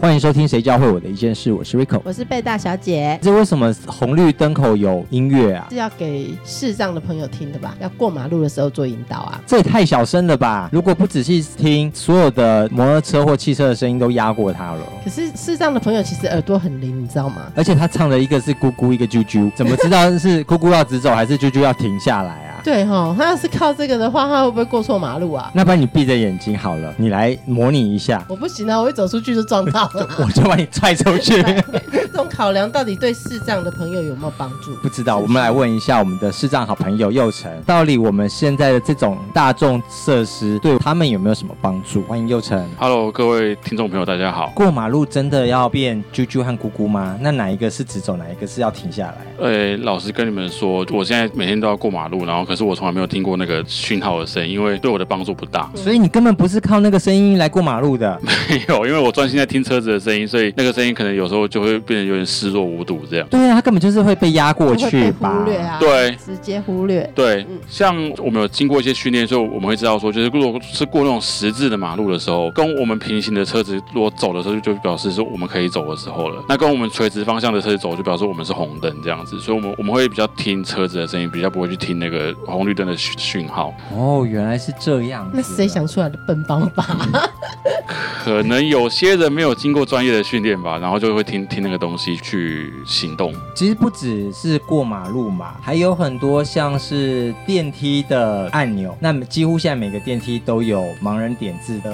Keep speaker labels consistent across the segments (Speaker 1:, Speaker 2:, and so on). Speaker 1: 欢迎收听《谁教会我的一件事》，我是 Rico。
Speaker 2: 我是贝大小姐，
Speaker 1: 这为什么红绿灯口有音乐啊？
Speaker 2: 是要给视障的朋友听的吧？要过马路的时候做引导啊。
Speaker 1: 这也太小声了吧！如果不仔细听，所有的摩托车或汽车的声音都压过它了。
Speaker 2: 可是视障的朋友其实耳朵很灵，你知道吗？
Speaker 1: 而且他唱的一个是咕咕，一个啾啾，怎么知道是咕咕要直走还是啾啾要停下来啊？
Speaker 2: 对哈、他要是靠这个的话，他会不会过错马路啊？
Speaker 1: 那不然你闭着眼睛好了，你来模拟一下，
Speaker 2: 我不行啊，我一走出去就撞到了。
Speaker 1: 我就把你踹出去。
Speaker 2: 这种考量到底对视障的朋友有没有帮助？
Speaker 1: 不知道，我们来问一下我们的视障好朋友佑成，到底我们现在的这种大众设施对他们有没有什么帮助？欢迎佑成。
Speaker 3: Hello，各位听众朋友，大家好。
Speaker 1: 过马路真的要变啾啾和咕咕吗？那哪一个是直走，哪一个是要停下来？
Speaker 3: 呃，老实跟你们说，我现在每天都要过马路，然后可是我从来没有听过那个讯号的声音，因为对我的帮助不
Speaker 2: 嗯
Speaker 3: 大。
Speaker 1: 所以你根本不是靠那个声音来过马路 的。
Speaker 3: 没有，因为我专心在听车子的声音，所以那个声音可能有时候就会变得有点视若无睹这样。
Speaker 1: 对啊，他根本就是会被压过
Speaker 2: 会被
Speaker 1: 去吧？
Speaker 2: 忽略啊，
Speaker 3: 对
Speaker 2: 直接忽略。
Speaker 3: 对
Speaker 2: 嗯，
Speaker 3: 像我们有经过一些训练，所以我们会知道说，就是如果是过那种十字的马路的时候，跟我们平行的车子如果走的时候，就表示是我们可以走的时候了。那跟我们垂直方向的车子走，就表示我们是红灯这样子。所以，我们我们会比较听车子的声音，比较不会去听那个红绿灯的讯讯号。
Speaker 1: 哦，原来是这样子。
Speaker 2: 那谁想？出来的笨方法？
Speaker 3: 可能有些人没有经过专业的训练吧，然后就会听听那个东西去行动。
Speaker 1: 其实不只是过马路嘛，还有很多像是电梯的按钮。那么几乎现在每个电梯都有盲人点字的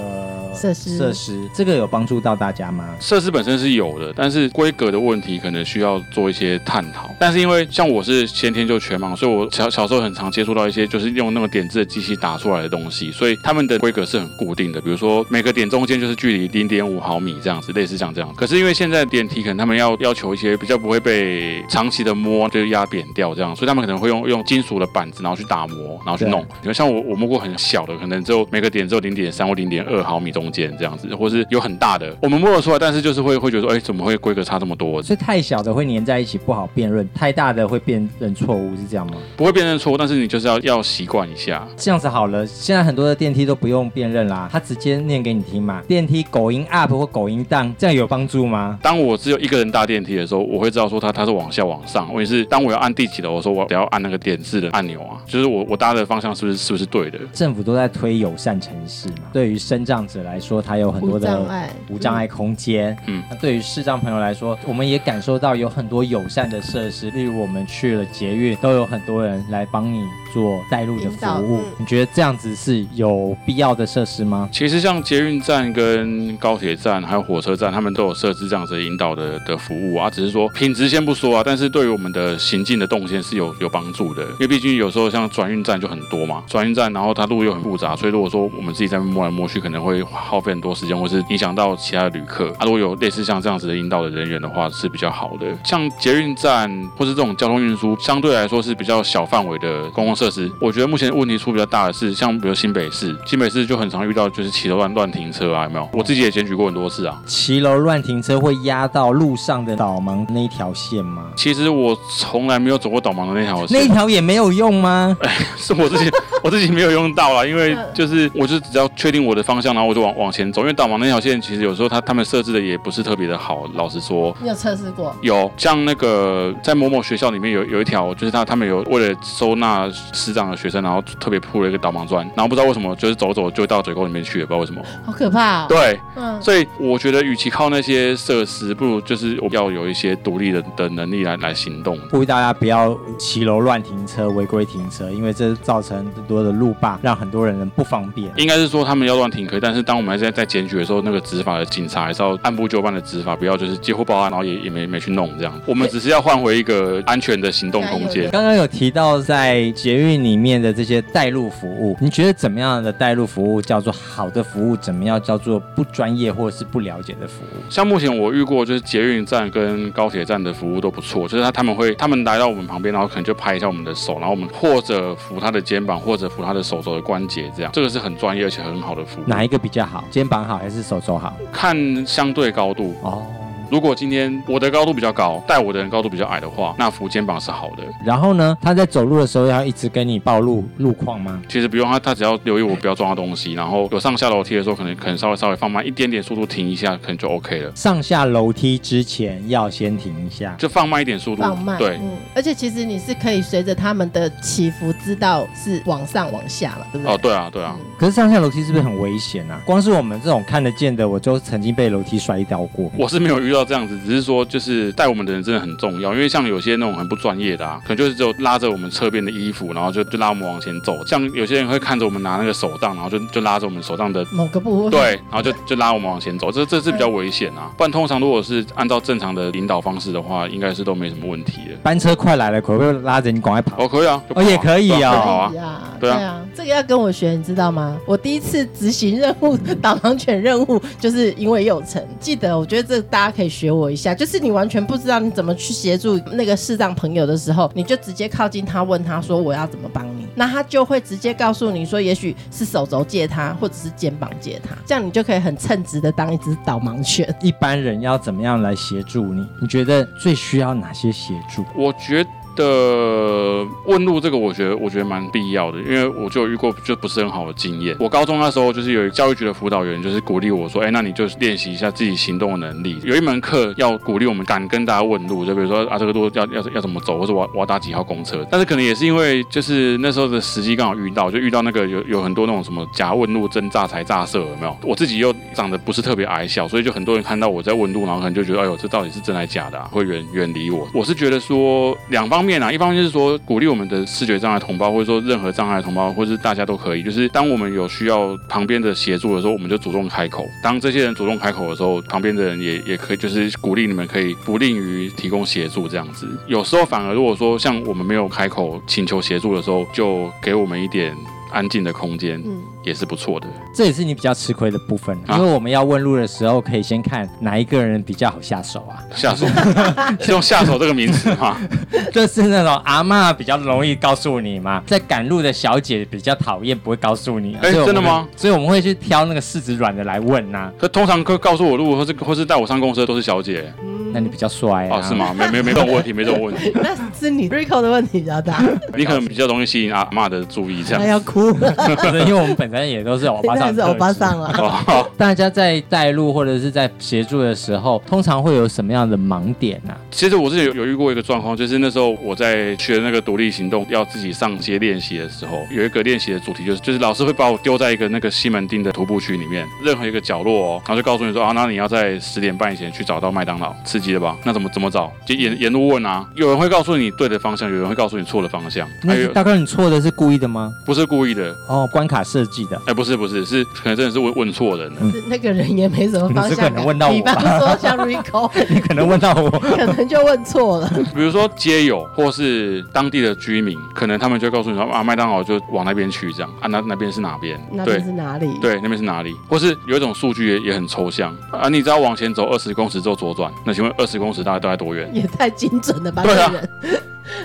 Speaker 2: 设施
Speaker 1: 设施这个有帮助到大家吗？
Speaker 3: 设施本身是有的，但是规格的问题可能需要做一些探讨。但是因为像我是先天就全盲，所以我小小时候很常接触到一些就是用那种点字的机器打出来的东西，所以他们的规格是很固定的。比如说每个点中间就是距离零点五毫米这样子，类似像这样。可是因为现在电梯可能他们要要求一些比较不会被长期的摸就是压扁掉这样，所以他们可能会用用金属的板子，然后去打磨，然后去弄。你看，像我我摸过很小的，可能只有每个点只有零点三或零点二毫米中间这样子，或是有很大的，我们摸得出来，但是就是会会觉得说，哎，怎么会规格差这么多？
Speaker 1: 所以太小的会粘在一起不好辨认，太大的会辨认错误，是这样吗？
Speaker 3: 不会辨认错，但是你就是要要习惯一下。
Speaker 1: 这样子好了，现在很多的电梯都不用辨认啦，它直接念给你听嘛。电梯狗音 up 或狗音 down，这样有帮助吗？
Speaker 3: 当我只有一个人搭电梯的时候，我会知道说它它是往下往上。问题是，当我要按第几楼的时候，我得要按那个点字的按钮啊，就是我我搭的方向是不是是不是对的？
Speaker 1: 政府都在推友善城市嘛，对于身障者来说，它有很多
Speaker 2: 无
Speaker 1: 的
Speaker 2: 障碍，
Speaker 1: 无障碍空间。
Speaker 3: 嗯
Speaker 1: 那对于视障朋友来说，我们也感受到有很多友善的设施，例如我们去了捷运，都有很多人来帮你做带路的
Speaker 2: 引导
Speaker 1: 服务
Speaker 2: 嗯。
Speaker 1: 你觉得这样子是有必要的设施吗？
Speaker 3: 其实像捷运站、跟高铁站还有火车站，他们都有设置这样子的引导的的服务啊。只是说品质先不说啊，但是对于我们的行进的动线是有有帮助的，因为毕竟有时候像转运站就很多嘛，转运站然后它路又很复杂，所以如果说我们自己在那边摸来摸去，可能会耗费很多时间，或是影响到其他的旅客。啊，如果有类似像这样子的引导的人员的话，是比较好的。像捷运站或是这种交通运输，相对来说是比较小范围的公共设施。我觉得目前问题出比较大的是，像比如新北市，新北市就很常遇到就是骑楼乱乱停车啊，有没有？我自己也检举过很多次啊。
Speaker 1: 骑楼乱停车会压到路上的导盲那一条线吗？
Speaker 3: 其实我从来没有走过导盲的那条
Speaker 1: 那一
Speaker 3: 线，
Speaker 1: 条也没有用吗？
Speaker 3: 是 我自己我自己没有用到啦，因为
Speaker 1: 嗯
Speaker 3: 就是我就只要确定我的方向，然后我就往往前走。因为导盲那条线其实有时候它他们设置的也不是特别的好，老实说，
Speaker 2: 你有测试过？
Speaker 3: 有像那个在某某学校里面有有一条，就是他他们有为了收纳师长的学生，然后特别铺了一个导盲砖，然后不知道为什么就是走走就到水沟里面去了，不知道为什么。
Speaker 2: 好可怕哦！
Speaker 3: 对，
Speaker 2: 嗯，
Speaker 3: 所以我觉得与其靠那些设施，不如就是我要有一些独立的的能力来来行动。
Speaker 1: 呼吁大家不要骑楼乱停车、违规停车，因为这造成很多的路霸，让很多人不方便。
Speaker 3: 应该是说他们要乱停可以，但是当我们还在在检举的时候，那个执法的警察还是要按部就班的执法，不要就是接获报案，然后也也没没去弄这样。我们只是要换回一个安全的行动空间。
Speaker 1: 刚刚有提到在捷运里面的这些带路服务，你觉得怎么样的带路服务叫做好的服务？怎么样叫做不专业或是不了解的服务？
Speaker 3: 像目前我遇过，就是捷运站跟高铁站的服务都不错，就是他他们会他们来到我们旁边，然后可能就拍一下我们的手，然后我们或者扶他的肩膀，或者扶他的手肘的关节，这样这个是很专业而且很好的服务。
Speaker 1: 哪一个比较好？肩膀好还是手肘好？
Speaker 3: 看相对高度，
Speaker 1: 哦。
Speaker 3: 如果今天我的高度比较高，带我的人高度比较矮的话，那扶肩膀是好的。
Speaker 1: 然后呢，他在走路的时候要一直跟你报路路况吗？
Speaker 3: 其实不用他，他只要留意我不要撞到东西，然后有上下楼梯的时候，可能可能稍微稍微放慢一点点速度，停一下，可能就 OK 了。
Speaker 1: 上下楼梯之前要先停一下。
Speaker 3: 就放慢一点速度，
Speaker 2: 放慢，
Speaker 3: 对，
Speaker 2: 嗯，而且其实你是可以随着他们的起伏知道是往上往下嘛，对不对？
Speaker 3: 哦，对啊，对啊，
Speaker 2: 嗯
Speaker 1: 可是上下楼梯是不是很危险啊？光是我们这种看得见的，我就曾经被楼梯摔倒过。
Speaker 3: 我是没有遇到这样子，只是说就是带我们的人真的很重要，因为像有些那种很不专业的啊，可能就是只有拉着我们侧边的衣服，然后就就拉我们往前走。像有些人会看着我们拿那个手杖，然后就就拉着我们手杖的。
Speaker 2: 某个部位，
Speaker 3: 对，然后就就拉我们往前走，这这是比较危险啊。不然通常如果是按照正常的引导方式的话，应该是都没什么问题的。
Speaker 1: 班车快来了，可不可以拉着你赶快跑？
Speaker 3: 哦，可以啊，就跑啊
Speaker 1: 哦也可以哦
Speaker 3: 对啊
Speaker 2: 可
Speaker 3: 就跑啊
Speaker 2: 以，啊，对
Speaker 3: 对啊
Speaker 2: 啊，这个要跟我学，你知道吗？我第一次执行任务 导航犬任务，就是因为有成。记得，我觉得这大家可以学我一下，就是你完全不知道你怎么去协助那个视障朋友的时候，你就直接靠近他，问他说我要怎么帮你，那他就会直接告诉你说，也许是手肘借他，或者是肩膀借他，这样你就可以很称职的当一只导盲犬。
Speaker 1: 一般人要怎么样来协助你？你觉得最需要哪些协助？
Speaker 3: 我觉得问路这个，我觉得我觉得蛮必要的，因为我就有遇过就不是很好的经验。我高中那时候就是有教育局的辅导员，就是鼓励我说，哎，那你就练习一下自己行动的能力。有一门课要鼓励我们敢跟大家问路，就比如说啊，这个路要要要怎么走，或者我啊要我要搭几号公车。但是可能也是因为就是那时候的时机刚好遇到，就遇到那个有有很多那种什么假问路、真诈财、诈色，有没有？我自己又长得不是特别矮小，所以就很多人看到我在问路，然后可能就觉得，哎呦，这到底是真还是假的、啊？会远远离我。我是觉得说两方面啊，一方面是说鼓励我们的视觉障碍同胞，或者说任何障碍同胞，或是大家都可以，就是当我们有需要旁边的协助的时候，我们就主动开口。当这些人主动开口的时候，旁边的人也也可以就是鼓励你们可以不吝于提供协助这样子。有时候反而如果说像我们没有开口请求协助的时候，就给我们一点安静的空间，
Speaker 2: 嗯，
Speaker 3: 也是不错的。
Speaker 1: 这也是你比较吃亏的部分，
Speaker 3: 啊
Speaker 1: 因为我们要问路的时候，可以先看哪一个人比较好下手啊。
Speaker 3: 下手 是用下手这个名词哈。
Speaker 1: 就是那种阿嬷比较容易告诉你嘛，在赶路的小姐比较讨厌，不会告诉你。所
Speaker 3: 哎
Speaker 1: 以我们
Speaker 3: 真的吗？
Speaker 1: 所以我们会去挑那个柿子软的来问啊呐、
Speaker 3: 可通常会告诉我路，或是或是带我上公车都是小姐
Speaker 1: 那你比较帅啊？
Speaker 3: 哦，是？吗？没没没这种问题，嗯 没这种问题。
Speaker 2: 那是你 Rico 的问题比较大，
Speaker 3: 你可能比较容易吸引阿妈的注意，这
Speaker 2: 他
Speaker 3: 样。
Speaker 2: 要哭，
Speaker 1: 因为我们本身也都是欧巴
Speaker 2: 现在
Speaker 1: 桑，
Speaker 2: 是欧巴。桑了。
Speaker 3: 哦，
Speaker 1: 大家在带路或者是在协助的时候，通常会有什么样的盲点啊？
Speaker 3: 其实我是有有遇过一个状况，就是那时候我在学那个独立行动，要自己上街练习的时候，有一个练习的主题就是，就是老师会把我丢在一个那个西门町的徒步区里面，任何一个角落哦，然后就告诉你说啊，那你要在十点半以前去找到麦当劳，刺激了吧？那怎么怎么找？就沿沿路问啊，有人会告诉你对的方向，有人会告诉你错的方向，
Speaker 1: 那
Speaker 3: 还
Speaker 1: 是
Speaker 3: 有
Speaker 1: 大哥，你错的是故意的吗？
Speaker 3: 不是故意的，
Speaker 1: 哦，关卡设计 的。
Speaker 3: 哎，不是不是，是可能真的是问问错人了。
Speaker 2: 那个人也没什么方
Speaker 1: 嗯你
Speaker 2: 向
Speaker 1: 是可
Speaker 2: 感。
Speaker 1: 能问到我
Speaker 2: 比方说像 Rico，
Speaker 1: 你可能问到我，
Speaker 2: 可能就问错了。
Speaker 3: 比如说街友或是当地的居民，可能他们就会告诉你说啊，麦当劳就往那边去这样啊，那那边是哪边？
Speaker 2: 那
Speaker 3: 对
Speaker 2: 边是哪里？，
Speaker 3: 对，那边是哪里？或是有一种数据也也很抽象啊，你只要往前走二十公尺之后左转，那请问二十公尺大概大概多远？
Speaker 2: 也太精准了吧？
Speaker 3: 对啊
Speaker 2: 那个人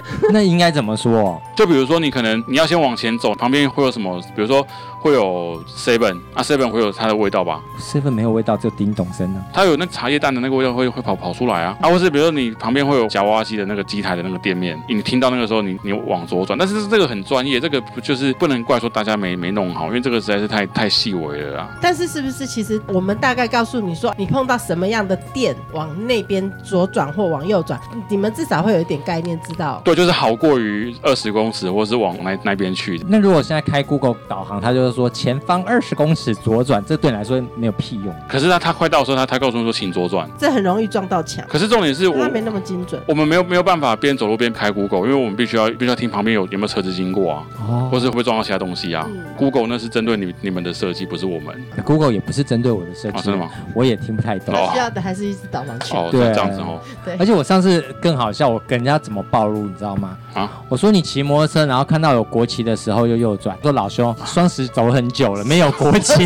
Speaker 1: 那应该怎么说？
Speaker 3: 就比如说你可能你要先往前走，旁边会有什么？比如说会有 seven 啊，seven 会有它的味道吧？
Speaker 1: 身份没有味道，只有叮咚声呢、
Speaker 3: 它有那茶叶蛋的那个味道会会跑跑出来啊啊，或是比如说你旁边会有夹娃娃机的那个机台的那个店面，你听到那个时候你你往左转，但是这个很专业，这个不就是不能怪说大家没没弄好，因为这个实在是太太细微了啦。
Speaker 2: 但是是不是其实我们大概告诉你说，你碰到什么样的店，往那边左转或往右转，你们至少会有一点概念，知道。
Speaker 3: 对，就是好过于二十公尺，或是往那那边去。
Speaker 1: 那如果现在开 Google 导航，它就是说前方二十公尺左转，这对你来说没有屁用。
Speaker 3: 可是他他快到的时候，他他告诉你说请左转，
Speaker 2: 这很容易撞到墙，
Speaker 3: 可是重点是我
Speaker 2: 它啊没那么精准。
Speaker 3: 我们没有没有办法边走路边开 Google，因为我们必须要必须要听旁边有有没有车子经过啊，
Speaker 1: 哦
Speaker 3: 或是会不会撞到其他东西啊。
Speaker 2: 嗯
Speaker 3: Google 那是针对你你们的设计，不是我们
Speaker 1: Google 也不是针对我哦的设计、
Speaker 3: 啊，真的吗？
Speaker 1: 我也听不太懂。
Speaker 3: 哦
Speaker 2: 它需要的还是一只导盲犬。
Speaker 3: 哦，
Speaker 1: 对
Speaker 3: 这样子哦，
Speaker 2: 对
Speaker 1: 而，且我上次更好笑，我跟人家怎么暴露，你知道吗？
Speaker 3: 啊，
Speaker 1: 我说你骑摩托车，然后看到有国旗的时候又右转，说老兄，
Speaker 3: 啊
Speaker 1: 双十走很久了，没有国 旗，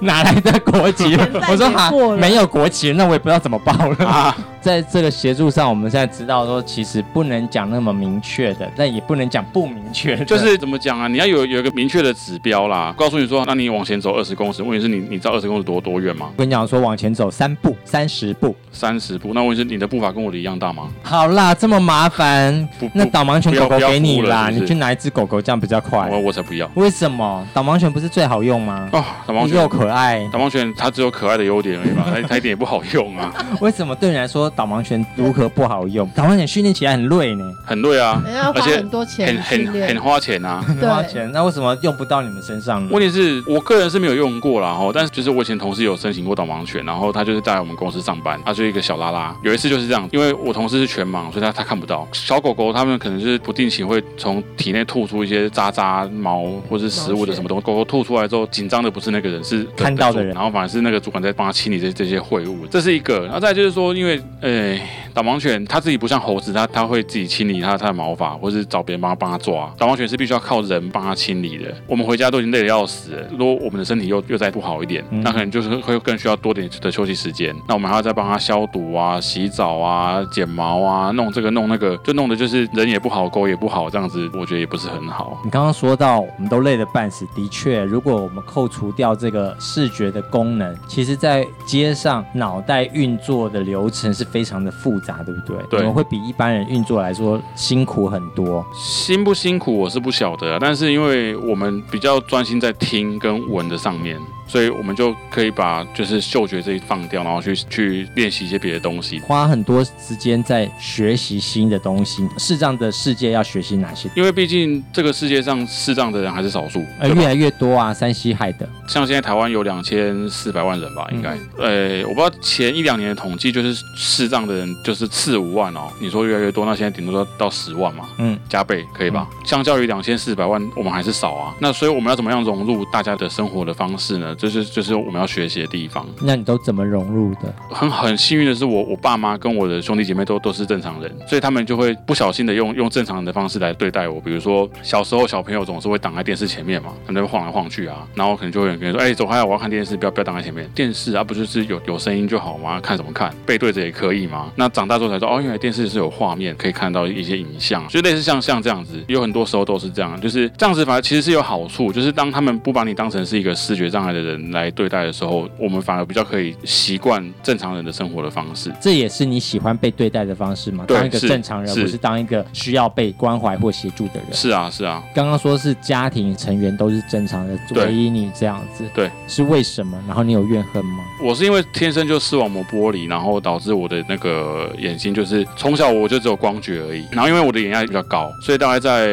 Speaker 1: 哪来的国旗？
Speaker 2: 年代
Speaker 1: 我说
Speaker 2: 也
Speaker 1: 哈
Speaker 2: 过，了
Speaker 1: 没有国旗，那我也不知道怎么报了。
Speaker 3: 啊，
Speaker 1: 在这个协助上，我们现在知道说，其实不能讲那么明确的，但也不能讲不明确的，
Speaker 3: 就是怎么讲啊？你要有有一个明确的指标啦，告诉你说，那你往前走二十公尺，问题是你你知道二十公尺多多远吗？
Speaker 1: 我跟你讲说往前走三步、三十步。
Speaker 3: 三十步，那问题是你的步伐跟我的一样大吗？
Speaker 1: 好啦，这么麻烦
Speaker 3: 不，
Speaker 1: 那
Speaker 3: 不
Speaker 1: 导盲犬
Speaker 3: 不
Speaker 1: 狗
Speaker 3: 要
Speaker 1: 狗
Speaker 3: 不要
Speaker 1: 给你
Speaker 3: 付了
Speaker 1: 啦，
Speaker 3: 是不
Speaker 1: 你
Speaker 3: 是
Speaker 1: 去拿一只狗狗，这样比较快。
Speaker 3: 我我才不要
Speaker 1: 为什么导盲犬不是最好用吗？
Speaker 3: 哦！导盲
Speaker 1: 又
Speaker 3: 犬，
Speaker 1: 可爱，
Speaker 3: 导盲犬它只有可爱的优点而已嘛，它它一点也不好用啊，
Speaker 1: 为什么对你来说导盲犬如何不好用？导盲犬训练起来很累呢，
Speaker 3: 很对啊
Speaker 2: 人家，
Speaker 3: 而
Speaker 2: 花
Speaker 3: 且
Speaker 2: 很多
Speaker 3: 很
Speaker 2: 钱
Speaker 3: 很
Speaker 2: 训练
Speaker 3: 很花钱啊。
Speaker 1: 很花
Speaker 2: 对
Speaker 1: 钱，那为什么用不到你们身上呢？
Speaker 3: 问题是我个人是没有用过啦，吼，但是就是我以前同事有申请过导盲犬，然后他就是在我们公司上班，他就一个小拉拉。有一次就是这样，因为我同事是全盲，所以他他看不到小狗狗，他们可能是不定期会从体内吐出一些渣渣、毛或是食物的什么东西。狗狗吐出来之后，紧张的不是那个人，是
Speaker 1: 看到的人
Speaker 3: 然后反而是那个主管在帮他清理这这些秽物，这是一个。然后再来就是说，因为呃导盲犬它自己不像猴子，它它会自己清理它它的毛发，或是找别人帮它帮它抓。导盲犬是必须要靠人帮它清理的。我们回家都已经累得要死了，如果我们的身体又又再不好一点，
Speaker 1: 嗯
Speaker 3: 那可能就是会更需要多点的休息时间。那我们还要再帮它消毒啊、洗澡啊、剪毛啊、弄这个弄那个，就弄的就是人也不好，狗也不好，这样子我觉得也不是很好。
Speaker 1: 你刚刚说到，我们都累得半死。的确，如果我们扣除掉这个视觉的功能，其实，在街上脑袋运作的流程是非常的复杂，对不对？
Speaker 3: 对
Speaker 1: 我们会比一般人运作来说辛苦很多。
Speaker 3: 辛不辛苦我是不晓得啊，但是因为我们比较专心在听跟闻的上面，所以我们就可以把就是嗅觉这一放掉，然后去去练习一些别的东西。
Speaker 1: 花很多时间在学习新的东西，视障的世界要学习哪些？
Speaker 3: 因为毕竟这个世界上视障的人还是少数，
Speaker 1: 呃，越来越多啊，山西害的，
Speaker 3: 像现在台湾有两千四百万人吧，应该，呃、我不知道前一两年的统计，就是视障的人就是四五万哦。你说越来越多，那现在顶多到到十万嘛，
Speaker 1: 嗯，
Speaker 3: 加倍可以吧？相较于两千四百万，我们还是少啊。那所以我们要怎么样融入大家的生活的方式呢？这就是就是我们要学习的地方。
Speaker 1: 那你都怎么融入的？
Speaker 3: 很很幸运的是我，我爸妈跟我的兄弟姐妹都都是正常人，所以他们就会不小心的用用正常人的方式来对待我。比如说小时候小朋友总是会挡在电视前面嘛，他们就会晃来晃去啊，然后可能就会有人跟你说：“哎、走开啊，我要看电视，不要不要挡在前面。”电视啊，不就是有有声音就好吗？看什么看？背对着也可以吗？那长大之后才说，哦，原来电视是有画面可以看到一些影像，啊就类似像像这样子，有很多时候都是这样，就是这样子反而其实是有好处，就是当他们不把你当成是一个视觉障碍的人来对待的时候，我们反而比较可以习惯正常人的生活的方式。
Speaker 1: 这也是你喜欢被对待的方式吗？
Speaker 3: 对
Speaker 1: 当一个
Speaker 3: 是
Speaker 1: 正常人，
Speaker 3: 是
Speaker 1: 不是当一个需要被关怀或协助的人。
Speaker 3: 是啊，是啊，
Speaker 1: 刚刚说是家庭成员都是正常的，
Speaker 3: 对
Speaker 1: 唯一你这样子，
Speaker 3: 对，
Speaker 1: 是为什么？然后你有怨恨吗？
Speaker 3: 我是因为天生就视网膜剥离，然后导致我的那个眼睛就是从小我就只有光觉而已。然后因为我的眼压比较高，所以大概在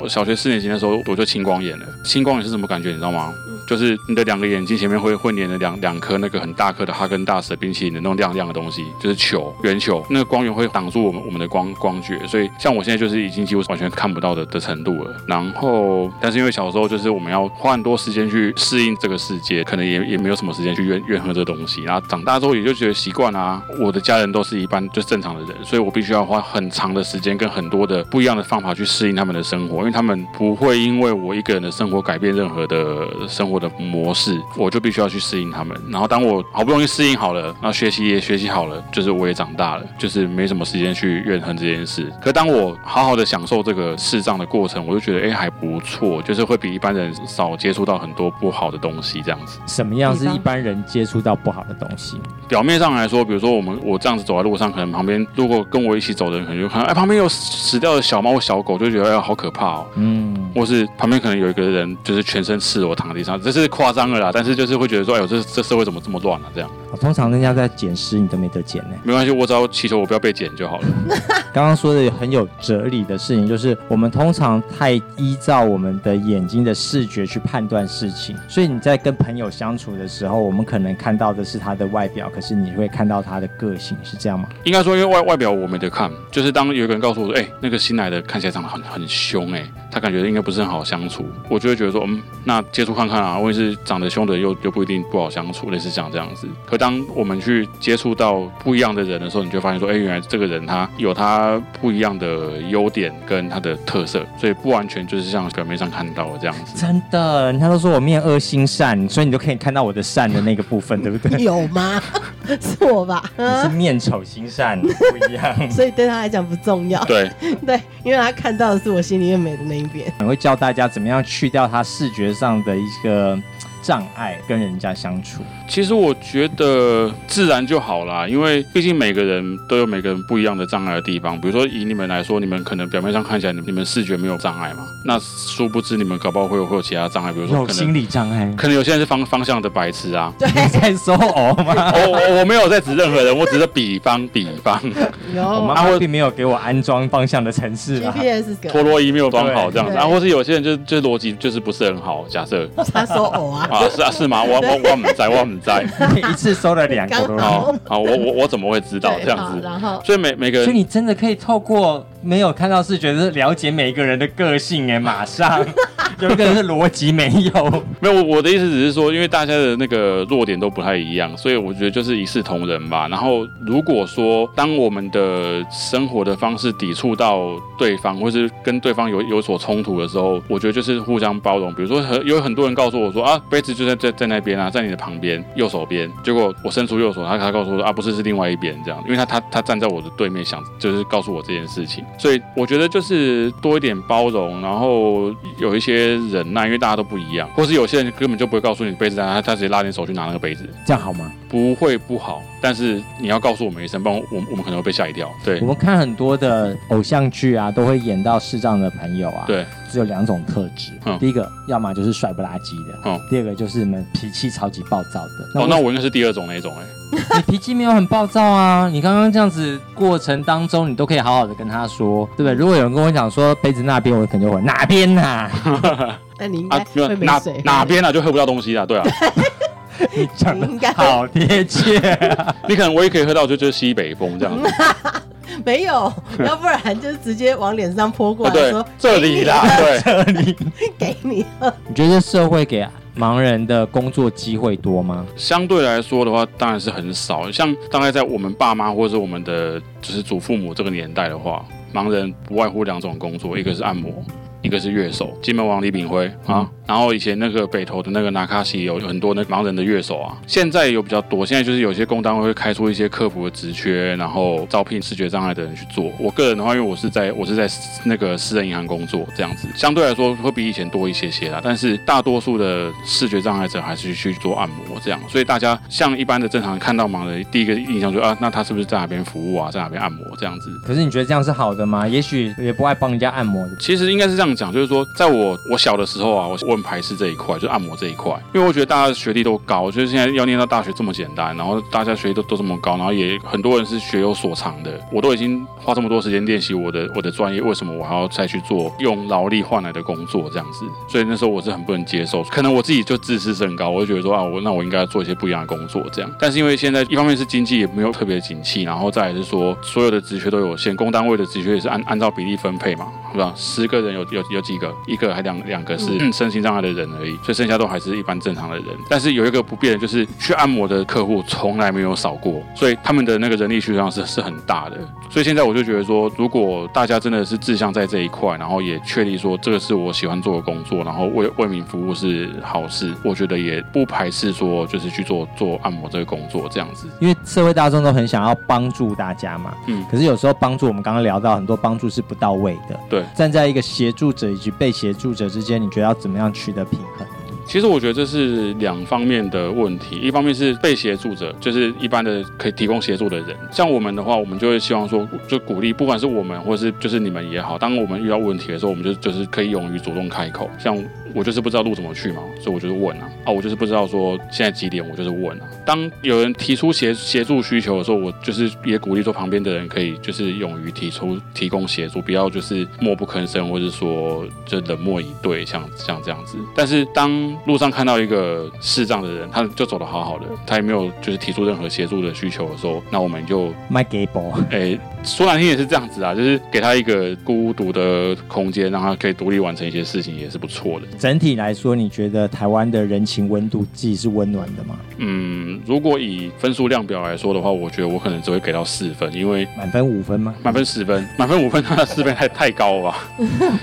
Speaker 3: 我小学四年级的时候我就青光眼了。青光眼是什么感觉？你知道吗？就是你的两个眼睛前面会会粘了两两颗那个很大颗的哈根达斯的冰淇淋的那种亮亮的东西，就是球圆球，那个光源会挡住我们我们的光光觉，所以像我现在就是已经几乎完全看不到的的程度了。然后，但是因为小时候就是我们要花很多时间去适应这个世界，可能也也没有什么时间去怨怨恨这东西。然后长大之后也就觉得习惯啦、啊我的家人都是一般就是正常的人，所以我必须要花很长的时间跟很多的不一样的方法去适应他们的生活，因为他们不会因为我一个人的生活改变任何的生活的模式，我就必须要去适应他们。然后当我好不容易适应好了，那学习也学习好了，就是我也长大了，就是没什么时间去怨恨这件事。可当我好好的享受这个视障的过程，我就觉得哎还不错，就是会比一般人少接触到很多不好的东西这样子。
Speaker 1: 什么样是
Speaker 4: 比方
Speaker 1: 一般人接触到不好的东西？
Speaker 3: 表面上来说，比如说我们我这样子走在路上，可能旁边如果跟我一起走的人，可能就看到哎旁边有死掉的小猫或小狗，就觉得哎好可怕哦。
Speaker 1: 嗯，
Speaker 3: 或是旁边可能有一个人就是全身赤裸躺在地上，这是夸张了啦，但是就是会觉得说，哎呦这这社会怎么这么乱啊？这样
Speaker 1: 我通常人家在捡尸，你都没得捡呢。
Speaker 3: 没关系，我只要祈求我不要被剪就好了。
Speaker 1: 刚刚说的很有哲理的事情，就是我们通常太依照我们的眼睛的视觉去判断事情，所以你在跟朋友相处的时候，我们可能看到的是他的外表，可是你会看到他的个性，是这样吗？
Speaker 3: 应该说，因为外外表我没得看，就是当有一个人告诉我说，哎、那个新来的看起来长得很很凶、哎，他感觉应该不是很好相处，我就会觉得说，嗯，那接触看看啊，或者是长得凶的人又又不一定不好相处，类似像这样子。可当我们去接触到不一样的人的时候，你就发现说，哎、原来这个人他有他不一样的优点跟他的特色，所以不完全就是像表面上看到的这样子。
Speaker 1: 真的，人家都说我面恶心善，所以你就可以看到我的善的那个部分，对不对？
Speaker 2: 有吗？ 是我吧？
Speaker 1: 你是面丑心善，不一 样。
Speaker 2: 所以对他来讲不重要，
Speaker 3: 对，
Speaker 2: 对，因为他看到的是我心里面美的那一边。
Speaker 1: 我会教大家怎么样去掉他视觉上的一个嗯障碍，跟人家相处。
Speaker 3: 其实我觉得自然就好啦，因为毕竟每个人都有每个人不一样的障碍的地方。比如说以你们来说，你们可能表面上看起来你你们视觉没有障碍嘛，那殊不知你们搞不好会有会有其他障碍，比如说
Speaker 1: 有
Speaker 3: 可
Speaker 1: 心
Speaker 3: 能
Speaker 1: 理障碍，
Speaker 3: 可能有些人是方方向的白 痴啊。
Speaker 2: 对，
Speaker 1: 你在说哦我吗？
Speaker 3: 我我我没有在指任何人，我只是比方比方，
Speaker 1: 哦啊我
Speaker 2: 有
Speaker 1: 妈妈并没有给我安装方向的城市啊。
Speaker 2: GPS
Speaker 3: 陀
Speaker 2: 梗，
Speaker 3: 螺仪没有装好这样子
Speaker 2: 对
Speaker 3: 啊，或是有些人就就是逻辑就是不是很好，假设
Speaker 2: 他说偶啊，
Speaker 3: 啊是啊是吗？我我我唔在我唔在，
Speaker 1: 你 一次收了两个
Speaker 2: 刚
Speaker 1: 哦，
Speaker 3: 好好我我我怎么会知道
Speaker 2: 对
Speaker 3: 这样
Speaker 2: 好
Speaker 3: 子？
Speaker 2: 然后
Speaker 3: 所以每每个
Speaker 1: 所以
Speaker 3: 人
Speaker 1: 你真的可以透过没有看到视觉，就是了解每一个人的个性 哎，马上有一个人是逻辑没有，
Speaker 3: 没有我我的意思只是说，因为大家的那个弱点都不太一样，所以我觉得就是一视同仁吧。然后如果说当我们的生活的方式抵触到对方，或是跟对方有有所冲突的时候，我觉得就是互相包容。比如说很有很多人告诉我说啊，杯子就在在在那边啊，在你的旁边右手边，结果我伸出右手，他他告诉我说啊，不是是另外一边这样，因为他他他站在我的对面想就是告诉我这件事情，所以我觉得就是多一点包容，然后有一些忍耐，因为大家都不一样，或是有些人根本就不会告诉你杯子在哪，他他直接拉你手去拿那个杯子，
Speaker 1: 这样好吗？
Speaker 3: 不会不好，但是你要告诉我们一声，不然我们我们可能会被吓一跳。对
Speaker 1: 我们看很多的偶像剧啊，都会演到视障的朋友啊，
Speaker 3: 对，
Speaker 1: 只有两种特质，
Speaker 3: 嗯
Speaker 1: 第一个要么就是帅不拉几的，
Speaker 3: 嗯
Speaker 1: 第二个就是你们脾气超级暴躁的。
Speaker 3: 哦，
Speaker 1: 我
Speaker 3: 那我应该是第二种那一种哎、
Speaker 1: 你脾气没有很暴躁啊，你刚刚这样子过程当中，你都可以好好的跟他说，对不对？如果有人跟我讲说杯子那边，我可能就会哪边呐、
Speaker 2: 那你应该
Speaker 3: 啊，没有
Speaker 2: 哎会没
Speaker 3: 哪
Speaker 2: 水，
Speaker 3: 哪边啊就喝不到东西啊，对啊，
Speaker 1: 你讲
Speaker 2: 你应该
Speaker 1: 的好贴切、啊
Speaker 3: 你可能唯一可以喝到就就是西北风 这样子。
Speaker 2: 没 有，要不然就直接往脸上泼过
Speaker 3: 啊，
Speaker 2: 来
Speaker 3: 对
Speaker 2: 说，
Speaker 3: 这里 啦，对，
Speaker 2: 给你
Speaker 1: 你觉得社会给盲人的工作机会多吗？
Speaker 3: 相对来说的话，当然是很少。像大概在我们爸妈或者是我们的就是祖父母这个年代的话，盲人不外乎两种工作，一个是按摩。一个是乐手，金门王李炳辉啊，然后以前那个北投的那个拿卡西有很多那盲人的乐手啊，现在有比较多，现在就是有些工单位会开出一些客服的职缺，然后招聘视觉障碍的人去做。我个人的话，因为我是在我是在那个私人银行工作，这样子相对来说会比以前多一些些啦，但是大多数的视觉障碍者还是去做按摩这样，所以大家像一般的正常人看到盲人，第一个印象就是啊，那他是不是在哪边服务啊，在哪边按摩这样子？
Speaker 1: 可是你觉得这样是好的吗？也许也不爱帮人家按摩的。
Speaker 3: 其实应该是这样讲，就是说，在我我小的时候啊，我我很排斥这一块，就是按摩这一块，因为我觉得大家的学历都高，就是现在要念到大学这么简单，然后大家学历都都这么高，然后也很多人是学有所长的，我都已经花这么多时间练习我的我的专业，为什么我还要再去做用劳力换来的工作这样子？所以那时候我是很不能接受，可能我自己就自视甚高，我就觉得说啊，我那我应该要做一些不一样的工作这样。但是因为现在一方面是经济也没有特别景气，然后再来是说所有的职缺都有限，工单位的职缺也是按按照比例分配嘛，是吧？十个人有有有几个，一个还两两个是 身心障碍的人而已，所以剩下都还是一般正常的人。但是有一个不变的就是去按摩的客户从来没有少过，所以他们的那个人力需求量是是很大的。所以现在我就觉得说，如果大家真的是志向在这一块，然后也确立说这个是我喜欢做的工作，然后为为民服务是好事，我觉得也不排斥说就是去做做按摩这个工作这样子。
Speaker 1: 因为社会大众都很想要帮助大家嘛，
Speaker 3: 嗯
Speaker 1: 可是有时候帮助我们刚刚聊到很多帮助是不到位的，
Speaker 3: 对
Speaker 1: 站在一个协助者以及被协助者之间，你觉得要怎么样取得平衡？
Speaker 3: 其实我觉得这是两方面的问题，一方面是被协助者，就是一般的可以提供协助的人。像我们的话，我们就会希望说，就鼓励，不管是我们或是就是你们也好，当我们遇到问题的时候，我们就就是可以勇于主动开口。像我就是不知道路怎么去嘛，所以我就是问啊，啊，我就是不知道说现在几点，我就是问啊。当有人提出协协助需求的时候，我就是也鼓励说旁边的人可以就是勇于提出提供协助，不要就是默不吭声，或者说就冷漠以对，像像这样子。但是当路上看到一个视障的人，他就走的好好的，他也没有就是提出任何协助的需求的时候，那我们就
Speaker 1: 卖给博，
Speaker 3: 诶、说难听也是这样子啊，就是给他一个孤独的空间，让他可以独立完成一些事情，也是不错的。
Speaker 1: 整体来说，你觉得台湾的人情温度计是温暖的吗？
Speaker 3: 嗯，如果以分数量表来说的话，我觉得我可能只会给到四分，因为
Speaker 1: 满分五分吗？
Speaker 3: 满分十分，满分五分，那四分太太高了吧？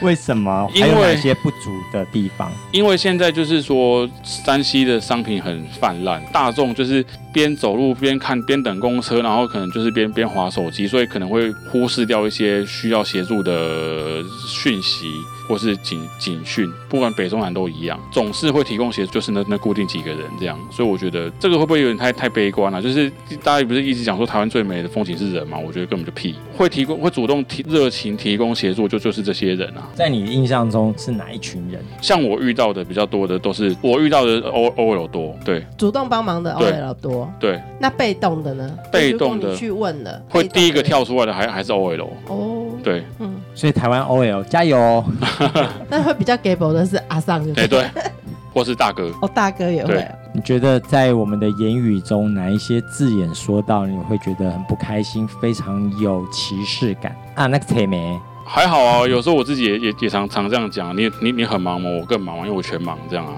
Speaker 1: 为什么？
Speaker 3: 因
Speaker 1: 还
Speaker 3: 为
Speaker 1: 有哪些不足的地方？
Speaker 3: 因为现在就是说山西的商品很泛滥，大众就是边走路边看边等公车，然后可能就是边边划手机，所以可能会忽视掉一些需要协助的讯息或是警警讯，不管北中南都一样，总是会提供协助，就是那那固定几个人这样。所以我觉得这个会不会有点太太悲观了、就是大家也不是一直讲说台湾最美的风景是人嘛？我觉得根本就屁，会提供会主动提热情提供协助就就是这些人啊。
Speaker 1: 在你印象中是哪一群人？
Speaker 3: 像我遇到的比较多的都是我遇到的 O O L 多，对
Speaker 2: 主动帮忙的哦
Speaker 3: 对
Speaker 2: OL 多，
Speaker 3: 对，
Speaker 2: 那被动的呢？
Speaker 3: 被动
Speaker 2: 如
Speaker 3: 的
Speaker 2: 果你去问了，
Speaker 3: 会
Speaker 2: 被动的
Speaker 3: 第一个跳出来的还还是 O L，
Speaker 2: 哦，
Speaker 3: 对，
Speaker 2: 嗯，
Speaker 1: 所以台湾 OL 加油哦！
Speaker 2: 但会比较 gable 的是阿尚，
Speaker 3: 哎、
Speaker 2: 对
Speaker 3: 对，或是大哥，
Speaker 2: 哦，大哥也会
Speaker 3: 对
Speaker 2: 啊，
Speaker 1: 你觉得在我们的言语中，哪一些字眼说到你会觉得很不开心，非常有歧视感啊？那个谁没？
Speaker 3: 还好啊，有时候我自己也也也常常这样讲，啊你你你很忙吗？我更忙啊，因为我全忙这样啊，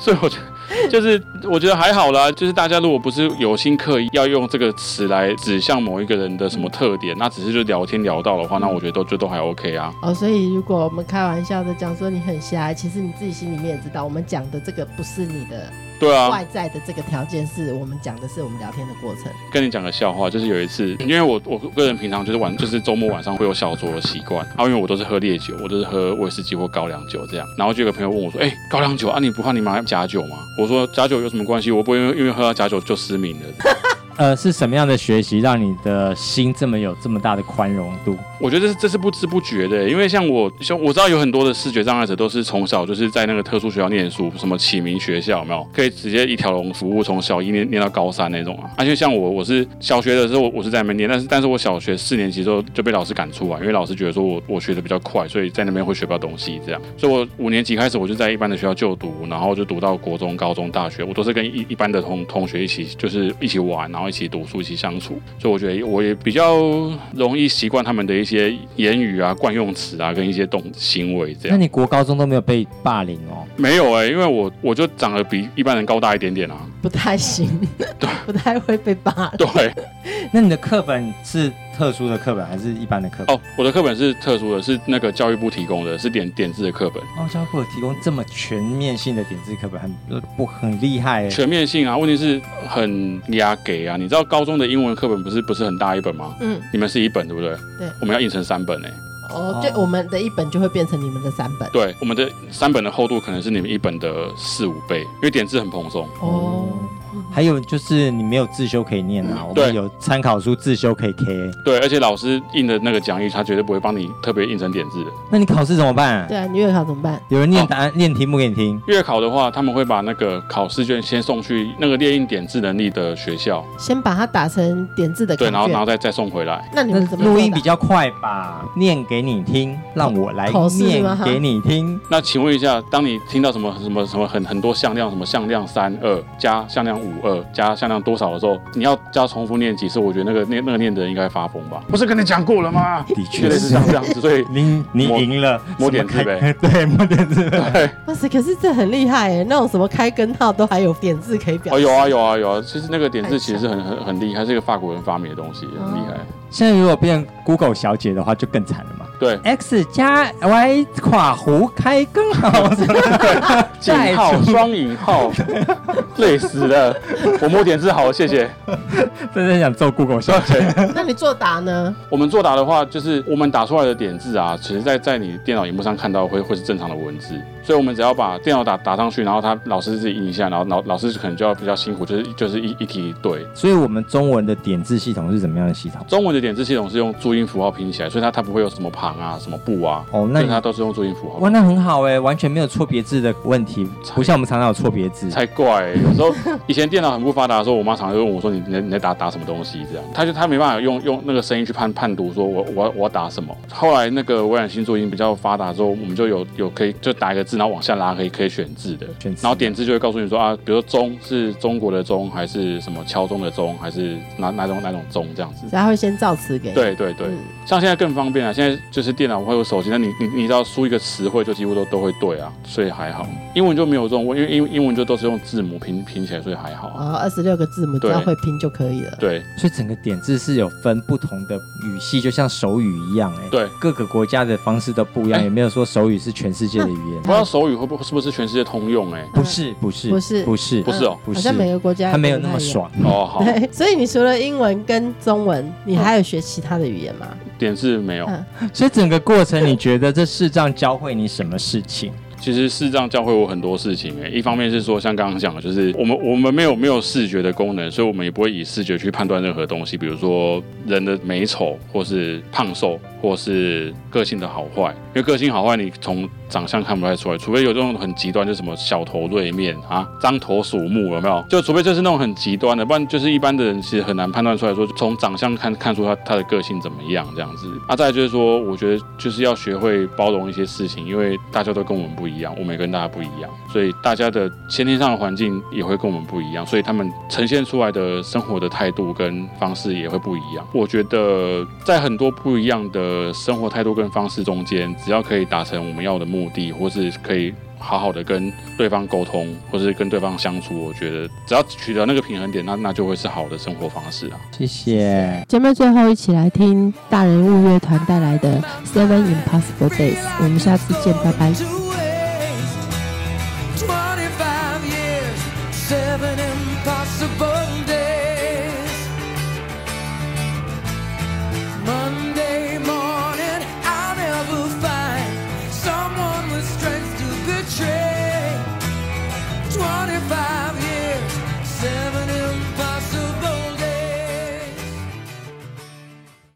Speaker 3: 所以我觉得就是我觉得还好啦，就是大家如果不是有心刻意要用这个词来指向某一个人的什么特点，那只是就聊天聊到的话，那我觉得都就都还 OK 啊。
Speaker 2: 哦，所以如果我们开玩笑的讲说你很瞎，其实你自己心里面也知道，我们讲的这个不是你的
Speaker 3: 对啊，
Speaker 2: 外在的这个条件，是我们讲的是我们聊天的过程。
Speaker 3: 跟你讲个笑话，就是有一次，因为我我个人平常就是晚就是周末晚上会有小酌的习惯，啊，因为我都是喝烈酒，我都是喝威士忌或高粱酒这样。然后就有个朋友问我说：“哎、高粱酒啊，你不怕你买假酒吗？”我说：“假酒有什么关系？我不会因为因为喝到假酒就失明的。”
Speaker 1: 呃，是什么样的学习让你的心这么有这么大的宽容度？
Speaker 3: 我觉得这是这是不知不觉的，因为像我，像我知道有很多的视觉障碍者都是从小就是在那个特殊学校念书，什么启明学校有没有？可以直接一条龙服务，从小一念念到高三那种啊。而且像我，我是小学的时候我我是在那边念，但是但是我小学四年级之后就被老师赶出来，因为老师觉得说我我学的比较快，所以在那边会学不到东西这样。所以我五年级开始我就在一般的学校就读，然后就读到国中、高中、大学，我都是跟一一般的同同学一起就是一起玩，然后一起读书、一起相处。所以我觉得我也比较容易习惯他们的一些言语啊、惯用词啊，跟一些动行为这
Speaker 1: 那
Speaker 3: 样。
Speaker 1: 你国高中都没有被霸凌哦？
Speaker 3: 没有哎、因为我我就长得比一般人高大一点点啊。
Speaker 2: 不太行， 不太会被霸凌。
Speaker 3: 对
Speaker 1: 那你的课本是特殊的课本还是一般的课本？
Speaker 3: 哦，我的课本是特殊的，是那个教育部提供的，是点点字的课本，
Speaker 1: 哦，教育部有提供这么全面性的点字课本，很呃不很厉害耶。
Speaker 3: 全面性啊。问题是很压给啊，你知道高中的英文课本不是不是很大一本吗？
Speaker 2: 嗯，
Speaker 3: 你们是一本对不对？
Speaker 2: 对
Speaker 3: 我们要印成三本哎、
Speaker 2: 哦
Speaker 1: 哦，
Speaker 2: 就我们的一本就会变成你们的三本。
Speaker 3: 对，我们的三本的厚度可能是你们一本的四五倍，因为点字很蓬松。
Speaker 2: 哦，
Speaker 1: 还有就是你没有自修可以念啊，我们
Speaker 3: 嗯对
Speaker 1: 有参考书自修可以 K。
Speaker 3: 对，而且老师印的那个讲义，他绝对不会帮你特别印成点字的。
Speaker 1: 那你考试怎么办？
Speaker 2: 对啊，你月考怎么办？
Speaker 1: 有人念答案、念题目给你听，
Speaker 3: 月考的话，他们会把那个考试卷先送去那个列印点字能力的学校，
Speaker 2: 先把它打成点字的
Speaker 3: 对，
Speaker 2: 感
Speaker 3: 然后然后
Speaker 2: 觉。
Speaker 3: 再再送回来。
Speaker 2: 那你
Speaker 1: 那
Speaker 2: 们怎么做
Speaker 1: 录
Speaker 2: 的
Speaker 1: 音比较快吧？念给你听，让我来
Speaker 2: 口试
Speaker 1: 念
Speaker 2: 吗
Speaker 1: 给你听。
Speaker 3: 那请问一下，当你听到什么什么什么很很多向量，什么向量三二加向量五二加向量多少的时候，你要加重复念几次？我觉得那个念那个念的人应该发疯吧？不是跟你讲过了吗？
Speaker 1: 的
Speaker 3: 确类似像这样子，所以
Speaker 1: 你你
Speaker 3: 摸
Speaker 1: 赢了，
Speaker 3: 摸
Speaker 1: 什么
Speaker 3: 点字
Speaker 1: 开
Speaker 3: 呗。
Speaker 1: 对，摸点字。
Speaker 3: 对。
Speaker 2: 哇塞，可是这很厉害耶！那种什么开根号都还有点字可以表
Speaker 3: 哦，
Speaker 2: 示。
Speaker 3: 有啊有啊有啊！其实那个点字其实是很很很厉害，是一个法国人发明的东西，很厉害。
Speaker 1: 现在如果变 Google 小姐的话，就更惨了
Speaker 2: 哦
Speaker 1: 嘛。
Speaker 3: 对，
Speaker 1: X 加 Y 跨弧开更好，
Speaker 3: 井
Speaker 1: 再
Speaker 3: 号
Speaker 1: 出
Speaker 3: 双引号，累死了！我摸点字好了，谢 谢。
Speaker 1: 真的想揍 Google 小姐。
Speaker 3: 对，
Speaker 2: 那你作答呢？
Speaker 3: 我们作答的话，就是我们打出来的点字啊，其实在在你电脑荧幕上看到会会是正常的文字，所以我们只要把电脑打打上去，然后他老师自己印一下，然后老老师可能就要比较辛苦，就是就是一一题一对。
Speaker 1: 所以我们中文的点字系统是怎么样的系统？
Speaker 3: 中文的点字系统是用注音符号拼起来，所以它它不会有什么旁啊、什么不啊，
Speaker 1: 哦，那
Speaker 3: 所以
Speaker 1: 你
Speaker 3: 它都是用注音符号拼起来
Speaker 1: 哇，那很好哎，完全没有错别字的问题，不像我们常常有错别字。
Speaker 3: 才怪、有时候以前电脑很不发达的时候，我妈常常会问我说：“你你在你在打打什么东西？”这样，她就她没办法用用那个声音去判判读，说我我要我要打什么。后来那个微软新注音比较发达之后，我们就有有可以就打一个字，然后往下拉可以可以选字的，
Speaker 1: 选字
Speaker 3: 然后点字就会告诉你说啊，比如说钟是中国的钟，还是什么敲钟的钟，还是哪哪种哪种钟这样子。
Speaker 2: 所以他会先造词给你。
Speaker 3: 对对对，
Speaker 2: 嗯
Speaker 3: 像现在更方便啊！现在就是电脑会有手机，那你你你只要输一个词汇，就几乎都都会对啊，所以还好。英文就没有这种问，因为英英文就都是用字母拼拼起来，所以还好啊。
Speaker 2: 哦，二十六个字母只
Speaker 3: 对
Speaker 2: 要会拼就可以了。
Speaker 3: 对
Speaker 1: 所以整个点字是有分不同的语系，就像手语一样哎。
Speaker 3: 对。
Speaker 1: 各个国家的方式都不一样，
Speaker 3: 哎
Speaker 1: 也没有说手语是全世界的语言。
Speaker 3: 不知道手语会不会是不是全世界通用、欸？哎，
Speaker 1: 不是不是
Speaker 2: 嗯不是
Speaker 1: 不是
Speaker 3: 不是哦
Speaker 1: 不
Speaker 2: 好
Speaker 1: 是
Speaker 2: 像每个国家
Speaker 1: 它没有那
Speaker 2: 不
Speaker 1: 么
Speaker 2: 太一样。
Speaker 1: 爽。
Speaker 3: 哦，好，
Speaker 2: 对，所以你除了英文跟中文，你还有学其他的语言吗？
Speaker 3: 点是没有。
Speaker 2: 嗯
Speaker 1: 所以整个过程，你觉得这视障教会你什么事情？
Speaker 3: 其实视障教会我很多事情诶、一方面是说像刚刚讲的，就是我们我们没有没有视觉的功能，所以我们也不会以视觉去判断任何东西，比如说人的美丑，或是胖瘦，或是个性的好坏。因为个性好坏你从长相看不太出来，除非有这种很极端，就是什么小头锐面啊、獐头鼠目，有没有？就除非就是那种很极端的，不然就是一般的人其实很难判断出来说从长相看看出他他的个性怎么样这样子。啊，再来就是说，我觉得就是要学会包容一些事情，因为大家都跟我们不一样，我们也跟大家不一样，所以大家的先天上的环境也会跟我们不一样，所以他们呈现出来的生活的态度跟方式也会不一样。我觉得在很多不一样的生活态度跟方式中间，只要可以达成我们要的目的，或是可以好好的跟对方沟通，或是跟对方相处，我觉得只要取得那个平衡点，那那就会是好的生活方式啊。
Speaker 1: 谢谢。
Speaker 4: 节目最后一起来听大人物乐团带来的《Seven Impossible Days》，我们下次见，拜拜。
Speaker 5: Twenty-five years, seven impossible days. Monday morning, I'll never find someone with strength to betray.